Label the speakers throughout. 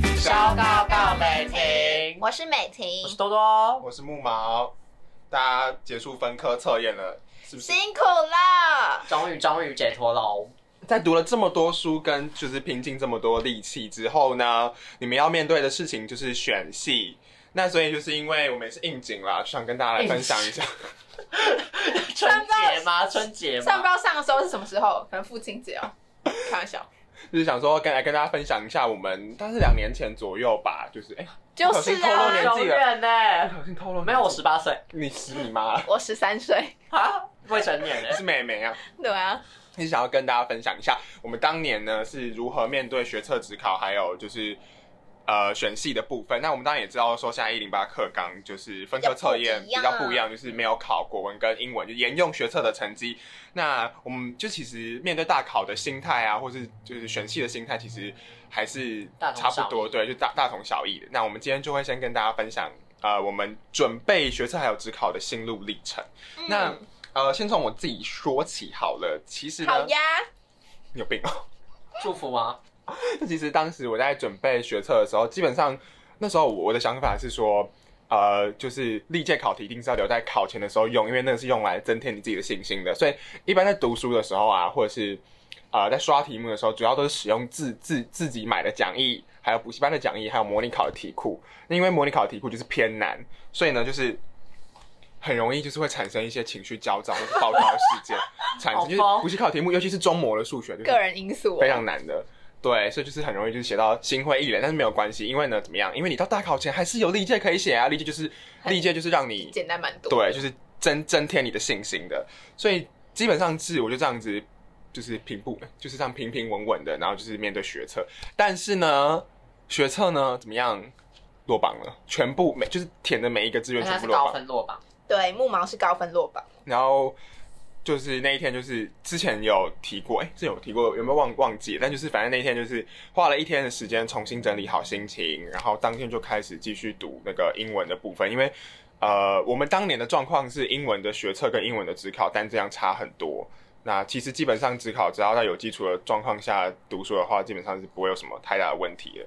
Speaker 1: 告告美婷，
Speaker 2: 我是美婷
Speaker 1: 我，是多多。
Speaker 3: 我是木毛，大家结束分科测验了，是不是？
Speaker 2: 辛苦了。
Speaker 1: 终于终于解脱哦喽！
Speaker 3: 在读了这么多书，跟就是拼尽这么多力气之后呢，你们要面对的事情就是选系。那所以就是因为我们也是应景啦，想跟大家来分享一下。
Speaker 1: 春节吗？春节
Speaker 4: 虽然不知
Speaker 1: 吗？
Speaker 4: 道上的时候是什么时候，可能父亲节哦，开玩笑，
Speaker 3: 就是想说跟来跟大家分享一下，我们大概是两年前左右吧，就是哎，
Speaker 4: 就
Speaker 3: 不小
Speaker 4: 是
Speaker 3: 心透露
Speaker 4: 啊，
Speaker 3: 年纪了，
Speaker 1: 远呢、
Speaker 3: 不小心透露，
Speaker 1: 没有，我十八岁
Speaker 3: 你是你妈了，
Speaker 4: 我十三岁，
Speaker 1: 啊，未成年呢、
Speaker 3: 是妹妹啊。
Speaker 4: 对啊，
Speaker 3: 是想要跟大家分享一下，我们当年呢是如何面对学测职考，还有就是呃选系的部分。那我们当然也知道说，现在一零八课纲就是分科测验比
Speaker 2: 要不一样啊
Speaker 3: 较不一样，就是没有考国文跟英文，就沿用学测的成绩。那我们就其实面对大考的心态啊，或是就是选系的心态，其实还是
Speaker 1: 大同
Speaker 3: 差
Speaker 1: 小异
Speaker 3: 不多，对，就大大同小异的。那我们今天就会先跟大家分享，呃，我们准备学测还有职考的心路历程。那啊
Speaker 2: 嗯
Speaker 3: 呃，先从我自己说起好了。其实呢
Speaker 4: 好，呀，
Speaker 3: 你有病哦！
Speaker 1: 祝福吗？
Speaker 3: 其实当时我在准备学测的时候，基本上那时候我的想法是说，呃，就是历届考题一定是要留在考前的时候用，因为那个是用来增添你自己的信心的。所以一般在读书的时候啊，或者是呃在刷题目的时候，主要都是使用自自自己买的讲义，还有补习班的讲义，还有模拟考的题库。那因为模拟考的题库就是偏难，所以呢就是。很容易就是会产生一些情绪焦躁或者爆发的事件，产生就是
Speaker 1: 好疯
Speaker 3: 补习考题目，尤其是中模的数学，就是
Speaker 4: 个人因素哦
Speaker 3: 非，常难的。对，所以就是很容易就是写到心灰意冷，但是没有关系，因为呢怎么样？因为你到大考前还是有历届可以写啊，历届就是历届就是让你
Speaker 4: 简单蛮多，
Speaker 3: 对，就是增增添你的信心的。所以基本上是我就这样子，就是平步，就是这样平平稳稳的，然后就是面对学测。但是呢，学测呢怎么样？落榜了，全部每就是填的每一个志
Speaker 1: 因
Speaker 3: 愿
Speaker 1: 为他
Speaker 3: 全部
Speaker 1: 是
Speaker 3: 落
Speaker 1: 高
Speaker 3: 榜。
Speaker 1: 分落榜，
Speaker 4: 对，木毛是高分落榜，
Speaker 3: 然后就是那一天，就是之前有提过，哎、之前有提过，有没有忘忘记？但就是反正那一天就是花了一天的时间重新整理好心情，然后当天就开始继续读那个英文的部分，因为呃，我们当年的状况是英文的学测跟英文的职考单这样差很多。那其实基本上职考只要在有基础的状况下读书的话，基本上是不会有什么太大的问题的。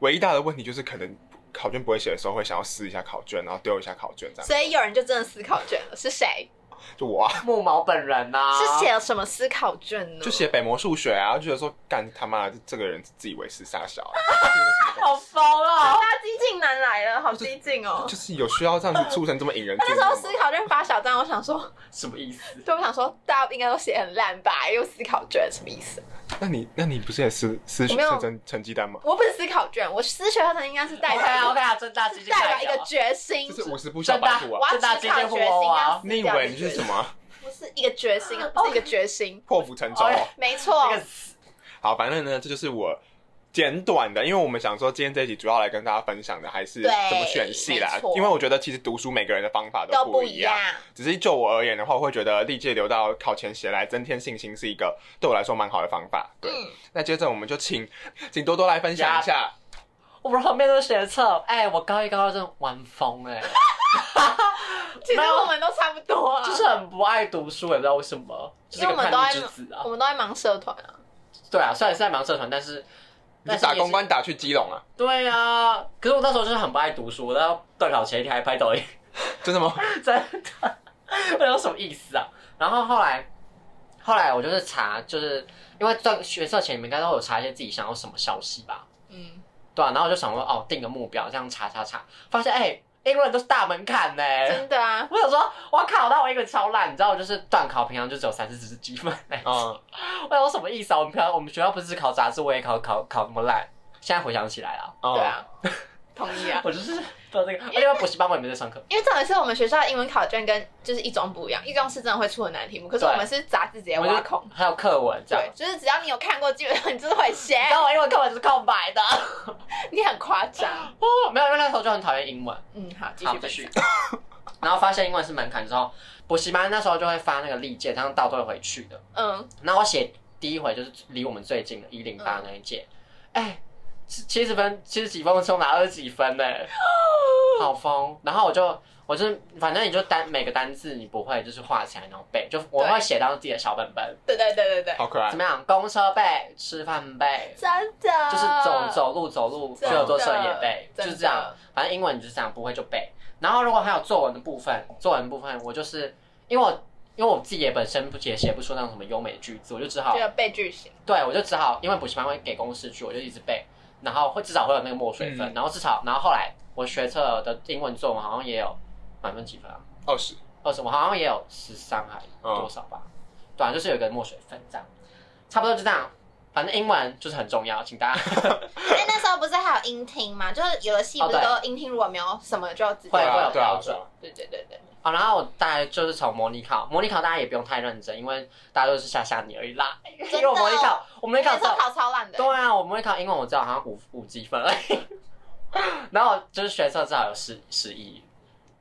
Speaker 3: 唯一大的问题就是可能考卷不会写的时候，会想要撕一下考卷，然后丢一下考卷这样。
Speaker 4: 所以有人就真的思考卷了，是谁？
Speaker 3: 就我啊。
Speaker 1: 木毛本人啊呐、
Speaker 4: 是写了什么思考卷呢？
Speaker 3: 啊就写北模数学啊，就觉得说干他妈的这个人自以为是傻小啊，
Speaker 1: 好疯哦！
Speaker 4: 大激进男来了，好激进哦！
Speaker 3: 就是有需要这样子出成这么引人
Speaker 4: 他
Speaker 3: 注
Speaker 4: 那
Speaker 3: 目
Speaker 4: 时候
Speaker 3: 吗
Speaker 4: 思？考卷发小张，我想说，
Speaker 1: 什么意思？
Speaker 4: 对我想说，大家应该都写很烂吧？又思考卷什么意思？
Speaker 3: 那你那你不是也撕撕学
Speaker 4: 我没有
Speaker 3: 成成成绩单吗？
Speaker 4: 我不是思考卷，我思学合成应该是代
Speaker 1: OK
Speaker 4: 表
Speaker 1: OK 啊，正大基金
Speaker 4: 代表
Speaker 1: 代
Speaker 4: 一个
Speaker 1: 表，
Speaker 4: 决心
Speaker 3: 就，是五十步笑百步
Speaker 1: 真
Speaker 3: 啊！
Speaker 4: 我要思考决心啊！
Speaker 3: 你以为你是什？么
Speaker 4: 不是一个决心啊，不是一个决心，
Speaker 3: 破釜沉舟哦？
Speaker 4: 没错
Speaker 1: 那。个死
Speaker 3: 好，反正呢，这就是我简短的，因为我们想说今天这一集主要来跟大家分享的还是
Speaker 2: 对
Speaker 3: 怎么选系啦
Speaker 2: 没，错
Speaker 3: 因为我觉得其实读书每个人的方法
Speaker 2: 都
Speaker 3: 都不
Speaker 2: 不
Speaker 3: 一
Speaker 2: 一
Speaker 3: 样
Speaker 2: 样。，
Speaker 3: 只是就我而言的话，我会觉得历届留到考前写来增添信心是一个对我来说蛮好的方法。对，
Speaker 2: 嗯
Speaker 3: 那接着我们就请请多多来分享一下，
Speaker 1: 我们旁边都是学测，哎、我高一高二真的玩疯 哎、
Speaker 4: 其实我们都差不多啊，
Speaker 1: 就是很不爱读书，也不知道为什么，就是个叛逆之子啊
Speaker 4: 我。们都在忙社团啊。
Speaker 1: 对啊，虽然是在忙社团，但是
Speaker 3: 你
Speaker 1: 但
Speaker 3: 打公。
Speaker 1: 是也
Speaker 3: 关
Speaker 1: 是
Speaker 3: 打去基隆啊？
Speaker 1: 对啊，可是我那时候就是很不爱读书，我到段考前一天还拍抖音，
Speaker 3: 真的吗？
Speaker 1: 真的，不知道什么意思啊。然后后来，后来我就是查，就是因为段学测前你们应该都有查一些自己想要什么消息吧？
Speaker 4: 嗯，
Speaker 1: 对啊，然后我就想说，哦，定个目标，这样查查查，发现哎、英文都是大门槛呢、
Speaker 4: 真的啊，
Speaker 1: 我想说，我考到我英文超烂，你知道，我就是段考平常就只有三四十几分哎那一种
Speaker 3: 嗯，
Speaker 1: 我有什么意思啊？我们平常我们学校不是考杂志，我也考考考那么烂。现在回想起来啊，
Speaker 3: 哦
Speaker 4: 对，啊，同意啊。
Speaker 1: 我就是做这个，而且我补习班我也没在上课。
Speaker 4: 因为重点是我们学校的英文考卷跟就是一中不一样，一中是真的会出很难的题目，可是
Speaker 1: 对
Speaker 4: 我们是杂志直接
Speaker 1: 我就
Speaker 4: 挖空。
Speaker 1: 还有课文这样
Speaker 4: 对，。就是只要你有看过，基本上你就是会 写，
Speaker 1: 然后我英文课文就是空白的。
Speaker 4: 你很夸张。
Speaker 1: 哦，没有，因为那时候就很讨厌英文。
Speaker 4: 嗯，好，继
Speaker 1: 好，
Speaker 4: 续
Speaker 1: 继
Speaker 4: 分享
Speaker 1: 续。。然后发现英文是门槛之后，补习班那时候就会发那个历届，他们倒退回去的。
Speaker 4: 嗯，
Speaker 1: 然后我写第一回就是离我们最近的一零八那一届，哎、 七七十分七十几分，我从哪二十几分呢、好疯！然后我就我就是反正你就单每个单字你不会就是画起来然后背，就我会写到自己的小本本。
Speaker 4: 对对对对对，
Speaker 3: 好可爱
Speaker 1: 怎。么样？公车背，吃饭背，
Speaker 4: 真的
Speaker 1: 就是走走路走路，
Speaker 4: 真
Speaker 1: 所
Speaker 4: 的
Speaker 1: 有做事也背，就
Speaker 4: 真的
Speaker 1: 是这样。反正英文你就是这样，不会就背。然后如果还有作文的部分，作文部分我就是因为我因为我自己也本身不也写不出那种什么优美的句子，我就只好
Speaker 4: 就要被句型，
Speaker 1: 对我就只好因为补习班会给公式句，我就一直背，然后会至少会有那个墨水分，
Speaker 3: 嗯
Speaker 1: 然后至少然后后来我学测的英文作文好像也有满分几分啊，
Speaker 3: 二十，
Speaker 1: 二十，我好像也有十三还多少吧，对啊，就是有一个墨水分这样，差不多就这样。反正英文就是很重要，请大 家
Speaker 4: 哎，那时候不是还有音听吗？就是有的戏不是
Speaker 1: 哦对
Speaker 4: 都音听，如果没有什么就直接
Speaker 1: 会
Speaker 3: 对
Speaker 1: 会
Speaker 3: 啊
Speaker 1: 有
Speaker 3: 对啊
Speaker 1: 标准
Speaker 3: 对啊。
Speaker 4: 对对对对，
Speaker 1: 好，然后我大概就是从模拟考，模拟考大家也不用太认真，因为大家都是吓吓你而已啦。因为我模拟考，我模
Speaker 4: 那
Speaker 1: 拟考
Speaker 4: 时
Speaker 1: 之
Speaker 4: 候
Speaker 1: 后，
Speaker 4: 考超烂的，
Speaker 1: 对啊，我模拟考英文我知道好像五五积分而已， 然后就是学测至少有十十一，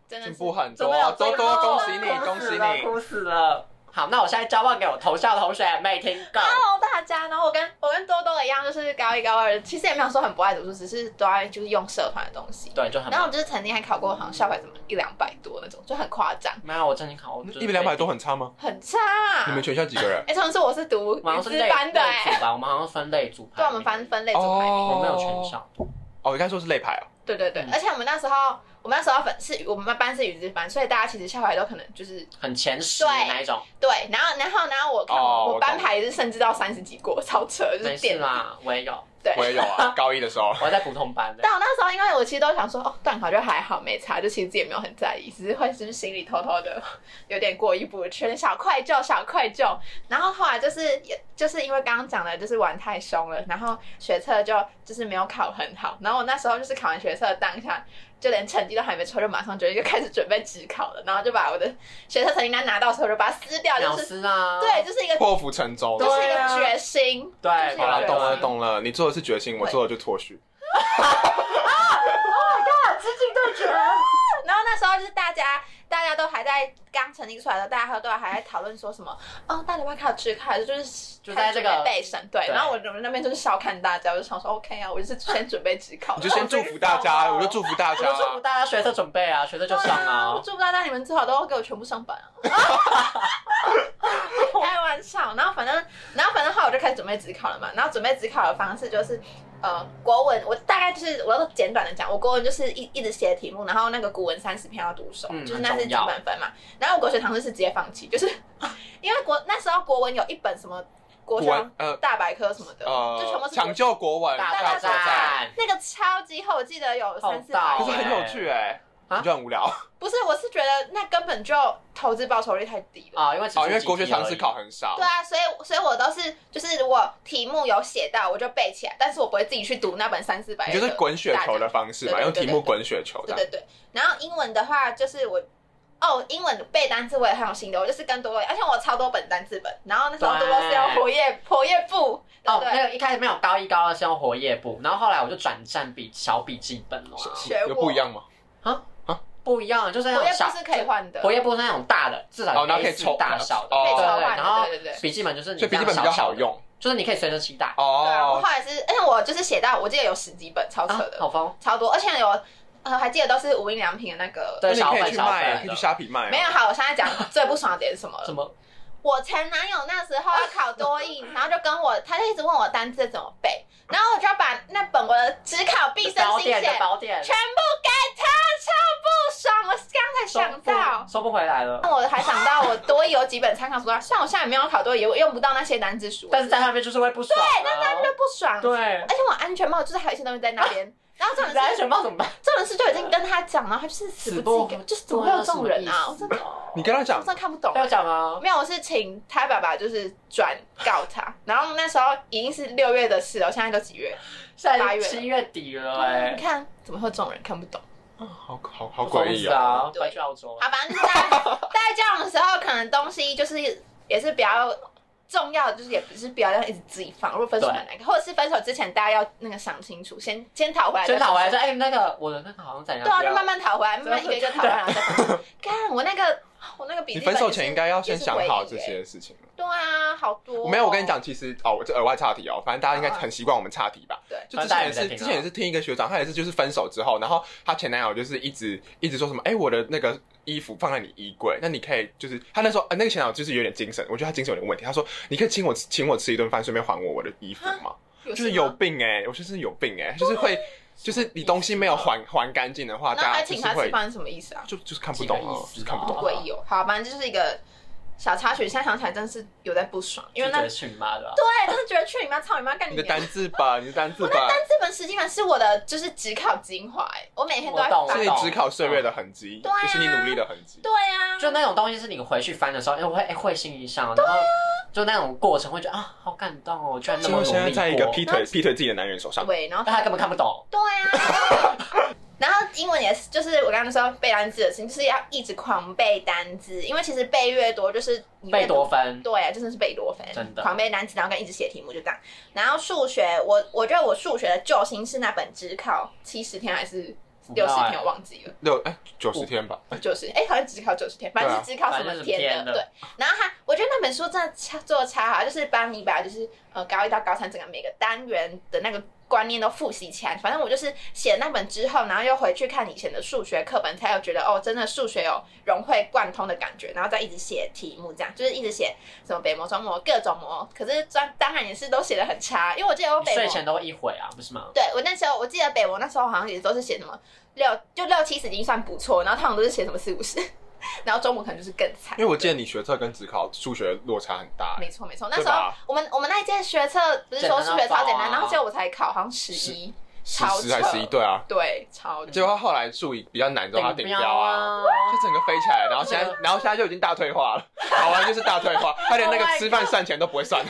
Speaker 4: 真的
Speaker 3: 进
Speaker 4: 是
Speaker 3: 步很多啊，
Speaker 1: 真
Speaker 3: 多
Speaker 1: 的
Speaker 3: 多
Speaker 1: 有
Speaker 3: 恭喜你，
Speaker 1: 哦哭死
Speaker 3: 恭喜
Speaker 1: 了
Speaker 3: 你！
Speaker 1: 哭死了。好，那我现在交棒给我投校同学，没听够。
Speaker 4: Hello 大家，然后我跟我跟多多一样，就是高一高二，其实也没有说很不爱读书，只是都爱就是用社团的东西。
Speaker 1: 对，就很
Speaker 4: 然后我就是曾经还考过好像校牌怎么一两百多那种，就很夸张，
Speaker 1: 没有，啊我真的考就是
Speaker 3: 一百两百多很差吗？
Speaker 4: 很差啊、
Speaker 3: 你们全校几个人？
Speaker 4: 哎，上次我是读
Speaker 1: 我们
Speaker 4: 语
Speaker 1: 好像是
Speaker 4: 资
Speaker 1: 类
Speaker 4: 班的
Speaker 1: 类
Speaker 4: 哎、
Speaker 1: 组吧，我们好像分类组排。
Speaker 4: 对，我们分分类组排名。
Speaker 3: 哦
Speaker 1: 我没有全校，
Speaker 3: 哦，应该说是类排哦。
Speaker 4: 对对对，
Speaker 1: 嗯
Speaker 4: 而且我们那时候，我们那时候粉是我们班是语资班，所以大家其实校牌都可能就是
Speaker 1: 很前十的
Speaker 4: 对
Speaker 1: 那一种。
Speaker 4: 对，然后然后然后我看我,、
Speaker 3: 哦我
Speaker 4: 我班
Speaker 3: 懂
Speaker 4: 排是甚至到三十几过，超扯，就
Speaker 1: 没
Speaker 4: 是
Speaker 1: 事
Speaker 4: 电
Speaker 1: 啦，我也有，
Speaker 4: 对。
Speaker 3: 我也 有啊，高一的时候。
Speaker 1: 我在普通班的。
Speaker 4: 但我那时候，因为我其实都想说，哦，段考就还好，没差，就其实自己也没有很在意，只是会就是心里偷偷的有点过意不去，小愧疚，小愧疚。然后后来就是也就是因为刚刚讲的，就是玩太凶了，然后学测就就是没有考很好。然后我那时候就是考完学测当下，就连成绩都还没出，就马上就就开始准备职考了，然后就把我的学测成绩单拿到手，我就把它撕掉，
Speaker 1: 屌
Speaker 4: 就是
Speaker 1: 丝啊，
Speaker 4: 对，就是一个
Speaker 3: 破釜沉舟。
Speaker 4: 就是一
Speaker 1: 对啊
Speaker 4: 个决心。
Speaker 1: 对，
Speaker 4: 就是
Speaker 3: 好了，
Speaker 4: 有
Speaker 3: 懂了
Speaker 4: 人
Speaker 3: 懂了，你做的是决心，我做的就脱序。
Speaker 4: 然后那时候就是大家，大家都还在刚成立出来的时候，大家都还在讨论说什么，哦，大礼拜考职考，就是
Speaker 1: 就在
Speaker 4: 开始
Speaker 1: 这个
Speaker 4: 准备备审，对。
Speaker 1: 对
Speaker 4: 然后我我们那边就是笑看大家，我就想说 OK 啊，我就是先准备职考，
Speaker 3: 你就先祝福大
Speaker 1: 好
Speaker 3: 家，
Speaker 4: 啊
Speaker 1: 棒哦
Speaker 3: 我就祝福大
Speaker 1: 我
Speaker 3: 家
Speaker 1: 就。祝福大家学测准备啊，学测就上
Speaker 4: 对啊，我
Speaker 1: 啊。
Speaker 4: 祝福大家你们最好都给我全部上榜啊！开玩笑，然后反正，然后反正后来我就开始准备职考了嘛。然后准备职考的方式就是，呃，国文我大概就是我要简短的讲，我国文就是一一直写题目，然后那个古文三十篇要读熟，
Speaker 1: 嗯
Speaker 4: 就是那
Speaker 1: 很
Speaker 4: 是
Speaker 1: 重
Speaker 4: 基
Speaker 1: 要
Speaker 4: 本分嘛。然后我国学常识是直接放弃，就是因为国那时候国文有一本什么国
Speaker 3: 古
Speaker 4: 学
Speaker 3: 文呃
Speaker 4: 大百科什么的，就全部
Speaker 3: 呃，
Speaker 4: 是
Speaker 3: 抢
Speaker 4: 国
Speaker 3: 救国文
Speaker 1: 大
Speaker 4: 啊大
Speaker 1: 大
Speaker 4: 作
Speaker 3: 作战，
Speaker 1: 战，
Speaker 4: 那个超级厚，我记得有三四
Speaker 1: 厚
Speaker 4: 百
Speaker 1: 到
Speaker 3: 可
Speaker 4: 页，
Speaker 3: 是很有趣哎，
Speaker 1: 啊
Speaker 3: 你就很无聊
Speaker 4: 不是，我是觉得那根本就投资报酬率太低了。
Speaker 1: 啊，因为只是
Speaker 3: 哦，因为国学
Speaker 1: 几题而已
Speaker 3: 常识考很
Speaker 1: 哦
Speaker 3: 少
Speaker 4: 对。啊，所以所以我都是就是如果题目有写到，我就背起来，但是我不会自己去读那本三四百
Speaker 3: 你
Speaker 4: 页。
Speaker 3: 就是滚雪球的。方式嘛，
Speaker 4: 对
Speaker 3: 用
Speaker 4: 对对
Speaker 3: 题目滚雪球
Speaker 4: 对
Speaker 3: 的。
Speaker 4: 对对。然后英文的话，就是我哦，英文背单词我也很有心得，我就是跟多多一样，而且我有超多本单词本。然后那时候
Speaker 1: 对
Speaker 4: 多多是用活页活页簿，对
Speaker 1: 哦
Speaker 4: 不，
Speaker 1: 那
Speaker 4: 对？
Speaker 1: 个一开始没有高一高二是用活页簿，然后后来我就转战笔小笔记本了啊。
Speaker 4: 学
Speaker 3: 有
Speaker 4: 我
Speaker 3: 不一样吗？
Speaker 1: 不一样，就是那
Speaker 4: 活
Speaker 1: 种
Speaker 4: 页
Speaker 1: 小
Speaker 4: 簿是可以换的。
Speaker 1: 活页簿是那种大的，至少
Speaker 3: 哦然后可以
Speaker 1: A4
Speaker 3: 抽
Speaker 1: 大小的，
Speaker 3: 哦
Speaker 1: 对
Speaker 3: 可以
Speaker 4: 抽换的
Speaker 1: 然后
Speaker 4: 对对对
Speaker 1: 笔记本就是你
Speaker 3: 所以笔记本
Speaker 1: 这样
Speaker 3: 比较
Speaker 1: 小小
Speaker 3: 好
Speaker 1: 的，
Speaker 3: 用
Speaker 1: 就是你可以随身携带。
Speaker 4: 对啊，我
Speaker 3: 哦
Speaker 4: 后。来是，而且我就是写到，我记得有十几本，超扯
Speaker 1: 啊
Speaker 4: 的，，
Speaker 1: 好疯！
Speaker 4: 超多，而且有呃，还记得都是无印良品的那个。
Speaker 1: 对
Speaker 3: 那你可以
Speaker 1: 小本
Speaker 3: 去
Speaker 1: 小
Speaker 3: 卖，
Speaker 1: 本
Speaker 3: 可以去虾皮卖。哦
Speaker 4: 没有，好，我现在讲最不爽的点是什么了？
Speaker 1: 什么？
Speaker 4: 我前男友那时候要考多译，然后就跟我，他就一直问我单字怎么背，然后我就要把那本我的只考必胜
Speaker 1: 宝
Speaker 4: 心
Speaker 1: 典
Speaker 4: 写
Speaker 1: 的宝典，
Speaker 4: 全部给他，超不爽！我刚才想到，
Speaker 1: 收不回来了。
Speaker 4: 那我还想到我多译有几本参考书，虽然我现在没有考多译，我用不到那些单字书，
Speaker 1: 但是在
Speaker 4: 我
Speaker 1: 那边就是会不爽啊。对，但在
Speaker 4: 真的不爽。
Speaker 1: 对
Speaker 4: 而，且我安全帽就是还有一些东西在那边，然后这
Speaker 1: 你
Speaker 4: 种
Speaker 1: 的安
Speaker 4: 事，
Speaker 1: 全帽怎么 办？
Speaker 4: 这种事就已经跟他讲了，他就是死不自己给，就是怎么会有这种人啊？我真的，
Speaker 3: 你跟他讲
Speaker 4: 我真的看不懂
Speaker 1: 不。要讲啊！
Speaker 4: 没有，我是请他爸爸就是转告他， 然后那时候已经是六月的事了，现在都几月？
Speaker 1: 现
Speaker 4: 八
Speaker 1: 在
Speaker 4: 月了嗯
Speaker 1: 七月底了，哎
Speaker 4: 你，看怎么会有这种人看不 懂？
Speaker 3: 啊好好好诡
Speaker 1: 疯
Speaker 3: 异
Speaker 1: 子
Speaker 3: 哦！
Speaker 1: 啊！快去澳洲啊！
Speaker 4: 好，反正就是大家大家交往的时候，可能东西就是也是比较重要的，就是也不是不要要一直自己放，如果分手很难看，或者是分手之前大家要那个想清楚，先先讨回来，
Speaker 1: 先讨回来说，。哎，那个我的那个好像怎样？
Speaker 4: 对啊，
Speaker 1: 不
Speaker 4: 就
Speaker 1: 要
Speaker 4: 慢慢讨回来，慢慢一个一个讨回来，然后 再分手。看我那个我那个笔
Speaker 3: 你
Speaker 4: 记本
Speaker 3: 分
Speaker 4: 也是，
Speaker 3: 手前应该要先想好
Speaker 4: 也是
Speaker 3: 这
Speaker 4: 回忆耶
Speaker 3: 些事情。
Speaker 4: 对啊，好多、
Speaker 3: 没有，我跟你，讲，其实哦，我这额外岔题哦，反正大家应该
Speaker 4: 好啊
Speaker 3: 很习惯我们岔题吧。
Speaker 4: 对
Speaker 3: 就之前也
Speaker 1: 反正大家也
Speaker 3: 是
Speaker 1: 在听啊
Speaker 3: 之前也是听一个学长，他也是就是分手之后，然后他前男友就是一直一直说什么，哎、我的那个衣服放在你衣柜，那你可以就是他那时候、呃、那个前男友就是有点精神，我觉得他精神有点问题。他说你可以请我吃请我吃一顿饭，顺便还我我的衣服吗？
Speaker 4: 就
Speaker 3: 就是有病哎、我就是有病哎、就是会就是你东西没有还还干净的话，
Speaker 4: 那
Speaker 3: 大
Speaker 4: 还
Speaker 3: 家就
Speaker 4: 请
Speaker 3: 是
Speaker 4: 他吃
Speaker 3: 会
Speaker 4: 饭是什么意思啊？
Speaker 3: 就就是看不懂
Speaker 1: 几
Speaker 3: 啊，就
Speaker 1: 个意思
Speaker 3: 是看不
Speaker 1: 哦
Speaker 3: 懂。
Speaker 4: 好诡异哦。好，反正就是一个小插曲，现在想起来真的是有在不爽，因为
Speaker 1: 就觉
Speaker 4: 那
Speaker 1: 得去你妈的吧？啊
Speaker 4: 对，真的觉得去你妈操你妈干
Speaker 3: 你
Speaker 4: 你
Speaker 3: 的
Speaker 4: 娘！
Speaker 3: 单字吧，你的单字吧，
Speaker 4: 这本史记本是我的就是只考精华、欸，我每天都在
Speaker 1: 我懂
Speaker 3: 是
Speaker 4: 翻
Speaker 3: 你。只考岁月的痕迹，
Speaker 4: 对啊
Speaker 3: 就是你努力的痕迹。
Speaker 4: 对呀、啊，
Speaker 1: 就那种东西是你回去翻的时候，哎、我会、哎会心一笑，然后就那种过程会觉得啊，好感动哦，居然那
Speaker 3: 结
Speaker 1: 么
Speaker 3: 果
Speaker 1: 努
Speaker 3: 现在
Speaker 1: 力
Speaker 3: 在一个
Speaker 1: 过
Speaker 3: 劈，腿劈腿自己的男人手上，
Speaker 4: 对，然后
Speaker 1: 但他根本看不懂。
Speaker 4: 对啊。 然后英文也是，就是我刚刚说背单词的事情，就是要一直狂背单词，因为其实背越多，就是你越
Speaker 1: 贝多芬，
Speaker 4: 对啊，真的是贝多芬，
Speaker 1: 真的
Speaker 4: 狂背单词，然后跟一直写题目就这样。然后数学，我我觉得我数学的救星是那本只考七十天还是六十天，我忘记了，
Speaker 3: 六哎九十天吧，
Speaker 4: 九十哎，好像只考九十天，啊反正是只考什么
Speaker 1: 反
Speaker 4: 天
Speaker 1: 正
Speaker 4: 的，
Speaker 1: 是
Speaker 4: 对
Speaker 1: 天。
Speaker 4: 然后他，我觉得那本书真的超做的超好，就是帮你把就是呃高一到高三整个每个单元的那个观念都复习起来。反正我就是写那本之后，然后又回去看以前的数学课本，才有觉得哦，真的数学有融会贯通的感觉。然后再一直写题目，这样就是一直写什么北模、中模、各种模。可是当当然也是都写的很差，因为我记得我
Speaker 1: 你
Speaker 4: 北模
Speaker 1: 睡前都会一会啊，不是吗？
Speaker 4: 对我那时候，我记得北文那时候好像也都是写什么六，就六七十已经算不错，然后他们都是写什么四五十，然后中午可能就是更惨
Speaker 3: 因为。我记得你学测跟职考数学落差很大，
Speaker 4: 没错没错，那
Speaker 3: 对
Speaker 4: 时候
Speaker 3: 吧
Speaker 4: 我们我们那一届学测不是说数学超简单，啊然后结果我才考好像十一，
Speaker 3: 十
Speaker 4: 超
Speaker 3: 十还
Speaker 4: 扯
Speaker 3: 十一对啊。
Speaker 4: 对，超
Speaker 3: 结果他后来数比较难之后，他顶标啊，就整个飞起来，然后现在
Speaker 1: 对啊
Speaker 3: 然后现在就已经大退化了，考完就是大退化，他连那
Speaker 1: Oh my
Speaker 3: 个
Speaker 1: God
Speaker 3: 吃饭饭钱都不会算。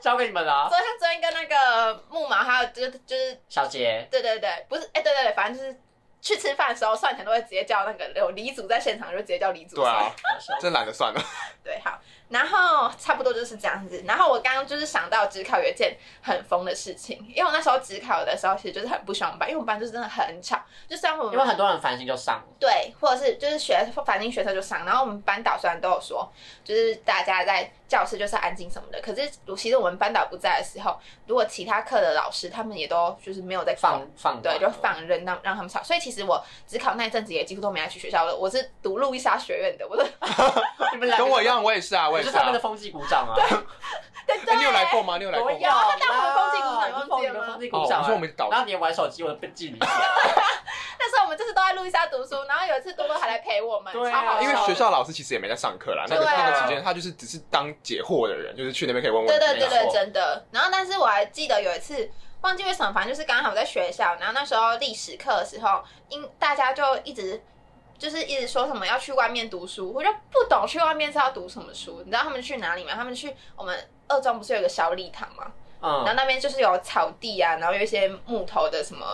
Speaker 1: 交给你们了啊，
Speaker 4: 昨天昨天跟那个木马还有就是就是
Speaker 1: 小杰。
Speaker 4: 对对对，不是哎、对对对，反正就是去吃饭的时候算钱都会直接叫那个有李组在现场就直接叫李组
Speaker 3: 对啊，
Speaker 1: 小
Speaker 3: 真懒得算了。
Speaker 4: 对，好，然后差不多就是这样子。然后我刚刚就是想到职考有一件很疯的事情，因为我那时候职考的时候，其实就是很不喜欢我们班，因为我们班就是真的很吵，就虽然我们
Speaker 1: 因为很多人烦心就上了，
Speaker 4: 对，或者是就是学反正学车就上，然后我们班导虽然都有说，就是大家在教室就是安静什么的，可是其实我们班导不在的时候，如果其他课的老师他们也都就是没有在管
Speaker 1: 放放
Speaker 4: 对，
Speaker 1: 管
Speaker 4: 就
Speaker 1: 了
Speaker 4: 放任让让他们吵。所以其实我只考那一阵子也几乎都没来去学校了，我是读路易莎学院的，我是
Speaker 1: 你们两个
Speaker 3: 跟我一，样，我也是啊，
Speaker 1: 我
Speaker 3: 我也
Speaker 1: 是
Speaker 3: 是
Speaker 1: 他
Speaker 3: 啊
Speaker 1: 们的。风纪鼓掌啊，
Speaker 4: 对
Speaker 3: 哎
Speaker 4: 对，
Speaker 3: 你有来过吗？你 有来过
Speaker 1: 我
Speaker 3: 吗？
Speaker 1: 有，
Speaker 4: 他带我们风纪鼓掌你忘记了吗
Speaker 1: 你们风纪鼓掌啊，
Speaker 3: 哦我说我们搞
Speaker 1: 然后你玩手机，我被记你。
Speaker 4: 那时候我们就是都在路易莎读书，然后有一次多多还来陪我们，
Speaker 1: 对
Speaker 4: 超
Speaker 1: 啊
Speaker 4: 好笑的
Speaker 3: 因为学校老师其实也没在上课啦，那个
Speaker 4: 对啊
Speaker 3: 那个期间他就是只是当解惑的人，就是去那边可以问问
Speaker 4: 对
Speaker 3: 题。
Speaker 4: 对对
Speaker 1: 没
Speaker 4: 对，
Speaker 1: 错
Speaker 4: 真的。然后，但是我还记得有一次，忘记为什么，反正就是刚好在学校，然后那时候历史课的时候，因大家就一直就是一直说什么要去外面读书，我就不懂去外面是要读什么书。你知道他们去哪里吗？他们去我们二中不是有个小礼堂吗？然后
Speaker 1: 嗯，
Speaker 4: 那边就是有草地啊，然后有一些木头的什么，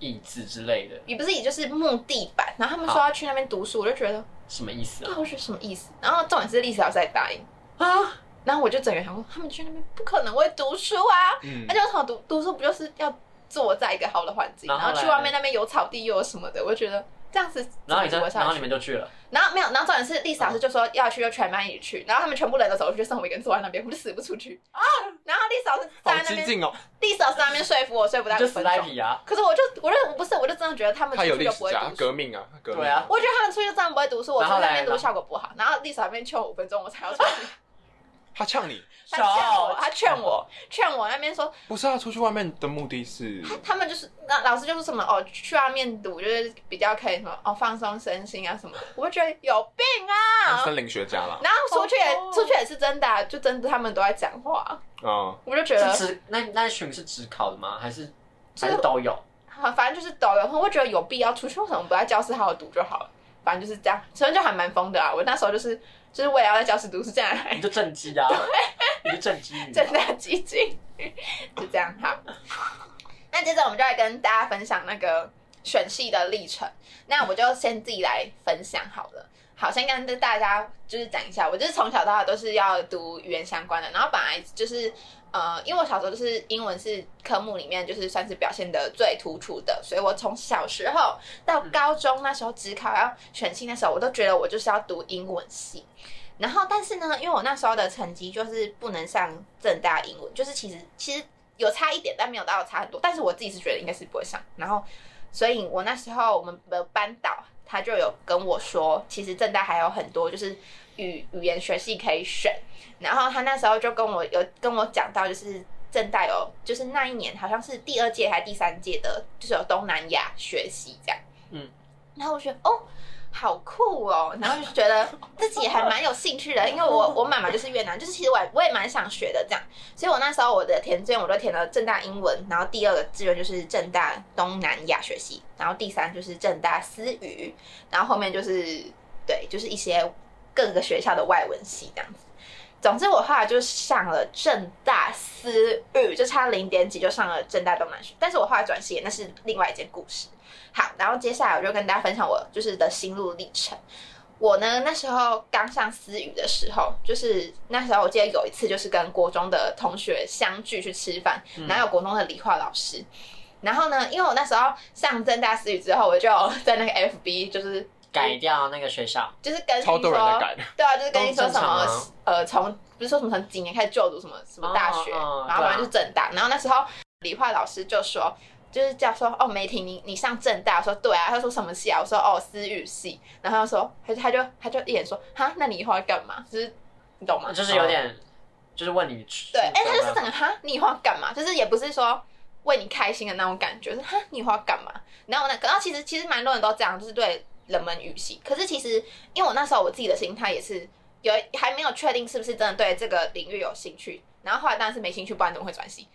Speaker 1: 椅子之类的，
Speaker 4: 也不是也就是木地板。然后他们说要去那边读书，我就觉得
Speaker 1: 什么意思
Speaker 4: 这
Speaker 1: 啊？
Speaker 4: 我是什么意思？然后重点是历史老师还答应，
Speaker 1: 啊，
Speaker 4: 然后我就整个想说，他们去那边不可能会读书啊。
Speaker 3: 嗯
Speaker 4: 而且我从小读读书不就是要坐在一个好的环境，然
Speaker 1: 然后
Speaker 4: 后去
Speaker 1: 嘞
Speaker 4: 外面那边有草地又有什么的，我就觉得这样子怎
Speaker 1: 然后
Speaker 4: 么
Speaker 1: 你就
Speaker 4: 活
Speaker 1: 然
Speaker 4: 下
Speaker 1: 后你
Speaker 4: 去？
Speaker 1: 们就去了，
Speaker 4: 然后没有，然后重点是历史老师就说要去，就全班一起去，然后他们全部人都走出去，剩我一个人坐在那边，我就死不出去啊。然后历史老师
Speaker 3: 好
Speaker 4: 站在
Speaker 3: 激
Speaker 4: 那边，
Speaker 3: 进哦，
Speaker 4: 历史老师在那边说服我，说服大概
Speaker 1: 就
Speaker 4: 五
Speaker 1: 死
Speaker 4: 分
Speaker 1: 赖
Speaker 4: 钟。
Speaker 1: 皮啊，
Speaker 4: 可是我就我就不是，我就真的觉得他们
Speaker 3: 他有
Speaker 4: 出去
Speaker 3: 历
Speaker 4: 就
Speaker 3: 史
Speaker 4: 不会
Speaker 3: 家
Speaker 4: 读
Speaker 3: 革
Speaker 4: 书。
Speaker 3: 命啊，他革命
Speaker 1: 对啊
Speaker 4: 我觉得他们出去就这样不会读书，我
Speaker 1: 然
Speaker 4: 出
Speaker 1: 后
Speaker 4: 去那
Speaker 1: 嘞
Speaker 4: 边读
Speaker 1: 然后
Speaker 4: 效果不好。然后历史老师那边劝我五分钟，我才要出去。
Speaker 3: 他呛你，
Speaker 4: 他劝我，
Speaker 1: 手
Speaker 4: 他劝
Speaker 1: 哦
Speaker 4: 我，劝我那边说
Speaker 3: 不是啊，出去外面的目的是
Speaker 4: 他他们就是那老师就是什么哦，去外面读就是比较可以什么哦放松身心啊什么的，我会觉得有病啊。
Speaker 3: 森林学家啦，
Speaker 4: 然后出去也、
Speaker 1: 好痛哦
Speaker 4: 出去也是真的啊、就真的他们都在讲话，
Speaker 3: 嗯，
Speaker 4: 我就觉
Speaker 1: 是
Speaker 4: 得
Speaker 1: 只那那群是只考的吗？还是
Speaker 4: 是
Speaker 1: 还是都有？
Speaker 4: 啊反正就是抖音，我会觉得有必要出去，为什么不在教室好好读就好了？反正就是这样，所以就还蛮疯的啊。我那时候就是就是为了要在教室读书，这样
Speaker 1: 你就正畸啊，你就正畸女啊，
Speaker 4: 哎 正大基金，就这样好。那接着我们就来跟大家分享那个选系的历程。那我就先自己来分享好了。好，先跟大家就是讲一下，我就是从小到大都是要读语言相关的，然后本来就是呃，因为我小时候就是英文是科目里面就是算是表现的最突出的，所以我从小时候到高中那时候只考要选系那时候，我都觉得我就是要读英文系。然后，但是呢，因为我那时候的成绩就是不能上正大英文，就是其实其实有差一点，但没有到差很多。但是我自己是觉得应该是不会上。然后，所以我那时候我们的班导他就有跟我说，其实正大还有很多就是语语言学系可以选。然后他那时候就跟我有跟我讲到，就是正大有就是那一年好像是第二届还是第三届的，就是有东南亚学习这样。
Speaker 1: 嗯，
Speaker 4: 然后我觉得哦。好酷哦！然后就觉得自己还蛮有兴趣的，因为我我妈妈就是越南，就是其实我也我也蛮想学的这样，所以我那时候我的填志愿我就填了正大英文，然后第二个志愿就是正大东南亚学系，然后第三就是正大私语，然后后面就是对，就是一些各个学校的外文系这样子。总之我后来就上了正大私语，就差零点几就上了正大东南学，但是我后来转系，那是另外一件故事。好，然后接下来我就跟大家分享我就是的心路历程。我呢那时候刚上私语的时候，就是那时候我记得有一次就是跟国中的同学相聚去吃饭，
Speaker 1: 嗯
Speaker 4: 然后有国中的理化老师。然后呢，因为我那时候上正大私语之后，我就有在那个 FB 就是
Speaker 1: 改掉那个学校，
Speaker 4: 就是跟
Speaker 3: 超多人在改，
Speaker 4: 对啊，就是跟你
Speaker 1: 都
Speaker 4: 说
Speaker 1: 正
Speaker 4: 什
Speaker 1: 常
Speaker 4: 么
Speaker 1: 啊
Speaker 4: 呃，从不是说什么从几年开始就读什么什么大学，
Speaker 1: 哦哦
Speaker 4: 然后
Speaker 1: 对啊
Speaker 4: 反正就正大，然后那时候理化老师就说。就是叫说哦，梅婷，你你上正大，我说对啊，他说什么系啊？我说哦，私语系，然后他就说，他就他就他就一脸说，哈，那你以后要干嘛？就是你懂吗？
Speaker 1: 就是有点，就是问你
Speaker 4: 哦对，哎、他就
Speaker 1: 这
Speaker 4: 是整个哈，你以后要干嘛？就是也不是说为你开心的那种感觉，是哈，你以后要干嘛？然后呢，然后其实其实蛮多人都这样，就是对冷门语系。可是其实因为我那时候我自己的心态也是有还没有确定是不是真的对这个领域有兴趣，然后后来当然是没兴趣，不然怎么会转系？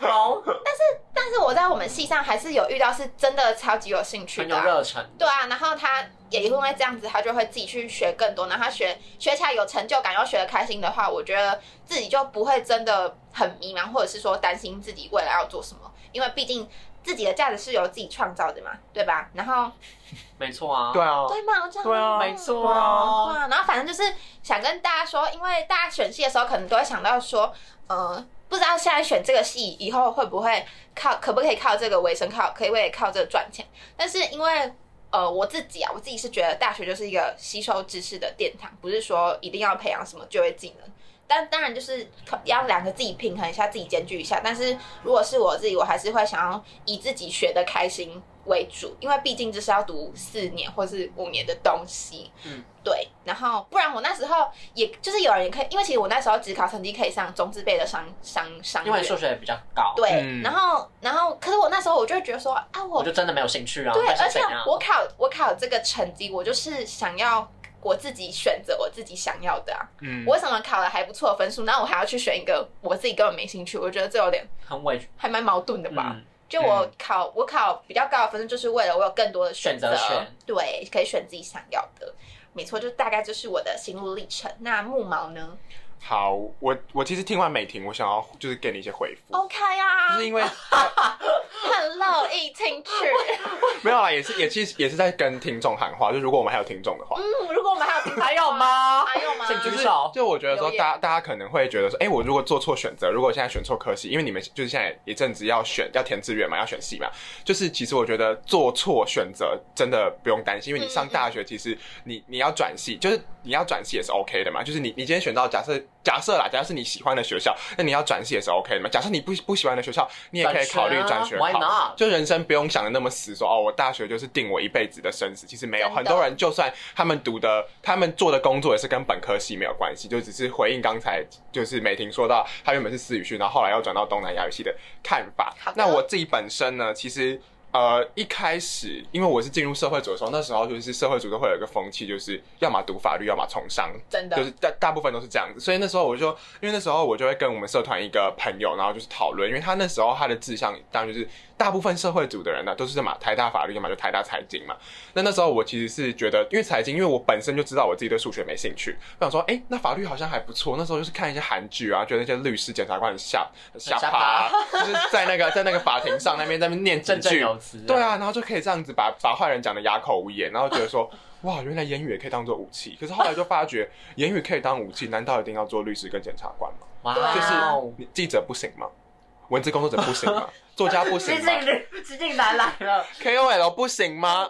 Speaker 1: 高，
Speaker 4: 但是我在我们系上还是有遇到是真的超级有兴趣
Speaker 1: 很
Speaker 4: 的
Speaker 1: 有
Speaker 4: 啊、
Speaker 1: 热忱，
Speaker 4: 对啊，然后他也因为这样子，他就会自己去学更多。然后他学学起来有成就感，又学得开心的话，我觉得自己就不会真的很迷茫，或者是说担心自己未来要做什么，因为毕竟自己的价值是由自己创造的嘛，对吧？然后
Speaker 1: 没错啊，
Speaker 3: 对啊，
Speaker 4: 对嘛，我这样
Speaker 3: 对啊
Speaker 1: 没错
Speaker 4: 对
Speaker 1: 啊，
Speaker 4: 啊，然后反正就是想跟大家说，因为大家选系的时候，可能都会想到说，呃，不知道现在选这个系以后会不会靠，可不可以靠这个为生，靠可不可以靠这个赚钱？但是因为呃我自己啊，我自己是觉得大学就是一个吸收知识的殿堂，不是说一定要培养什么就业技能。但当然就是要两个自己平衡一下，自己兼具一下。但是如果是我自己，我还是会想要以自己学的开心为主，因为毕竟这是要读四年或是五年的东西。
Speaker 1: 嗯
Speaker 4: 对，然后不然我那时候也就是有人也可以，因为其实我那时候只考成绩可以上中字辈的商商商
Speaker 1: 因为
Speaker 4: 院，
Speaker 1: 数学也比较高，
Speaker 4: 对，
Speaker 3: 嗯
Speaker 4: 然后然后可是我那时候我就会觉得说啊，
Speaker 1: 我
Speaker 4: 我
Speaker 1: 就真的没有兴趣啊，
Speaker 4: 对，
Speaker 1: 但是
Speaker 4: 而且
Speaker 1: 怎样
Speaker 4: 我考我考这个成绩，我就是想要我自己选择我自己想要的啊，
Speaker 3: 嗯
Speaker 4: 我为什么考了还不错的分数，然后我还要去选一个我自己根本没兴趣，我觉得这有点
Speaker 1: 很委屈，
Speaker 4: 还蛮矛盾的吧。
Speaker 1: 嗯，
Speaker 4: 就我考、我考比较高的分数，就是为了我有更多的择，
Speaker 1: 选择权
Speaker 4: 对，可以选自己想要的。没错，就大概就是我的心路历程。那木毛呢
Speaker 3: 好，我我其实听完美婷，我想要就是给你一些回复，
Speaker 4: ？OK 啊
Speaker 3: 就是因为
Speaker 4: ，Hello，一进 去。
Speaker 3: 没有啦，也是也其实也是在跟听众喊话，就如果我们还有听众的话，
Speaker 4: 嗯，如果我们还有听众
Speaker 1: 还有？吗？
Speaker 4: 还有吗？
Speaker 1: 请
Speaker 3: 就
Speaker 1: 举
Speaker 3: 是
Speaker 1: 手
Speaker 3: 就我觉得说
Speaker 4: 留言
Speaker 3: 大家大家可能会觉得说，哎、我如果做错选择，如果我现在选错科系，因为你们就是现在一阵子要选要填志愿嘛，要选系嘛，就是其实我觉得做错选择真的不用担心，因为你上大学其实你你要转系，就是你要转系也是 OK 的嘛，就是你你今天选到假设假设啦，假设是你喜欢的学校，那你要转系也是 OK 的嘛，假设你不不喜欢的学校， 你也可以考虑转学
Speaker 1: 啊，Why
Speaker 3: 考。
Speaker 1: not？
Speaker 3: 就人生不用想的那么死说哦，我大学就是定我一辈子的生死。其实没有，
Speaker 4: 真的
Speaker 3: 很多人就算他们读的、他们做的工作也是跟本科系没有关系，就只是回应刚才就是美婷说到，她原本是私语系，然后后来又转到东南亚语系的看法
Speaker 4: 好的。
Speaker 3: 那我自己本身呢，其实。呃，一开始因为我是进入社会组的时候，那时候就是社会组都会有一个风气，就是要么读法律，要么从商，
Speaker 4: 真的，
Speaker 3: 就是大大部分都是这样子，所以那时候我就，因为那时候我就会跟我们社团一个朋友，然后就是讨论，因为他那时候他的志向当然就是大部分社会组的人呢、都是嘛台大法律，要么就台大财经嘛。那那时候我其实是觉得，因为财经，因为我本身就知道我自己对数学没兴趣，我想说，哎、那法律好像还不错。那时候就是看一些韩剧啊，觉得那些律师、检察官很下很下
Speaker 1: 下
Speaker 3: 趴啊，就是在那个在那个法庭上那边在那边念 几
Speaker 1: 振振
Speaker 3: 句，
Speaker 1: 有词，
Speaker 3: 对，啊，然后就可以这样子把把坏人讲的哑口无言，然后觉得说，哇，原来言语也可以当做武器。可是后来就发觉，言语可以当武器，难道一定要做律师跟检察官吗？
Speaker 1: 哇
Speaker 4: 就
Speaker 3: 就是
Speaker 1: 哦，
Speaker 3: 你记者不行吗？文字工作者不行吗？作家不 行
Speaker 1: 激
Speaker 3: 吗
Speaker 1: 进 人，激进男来了，
Speaker 3: ？KOL 不行吗？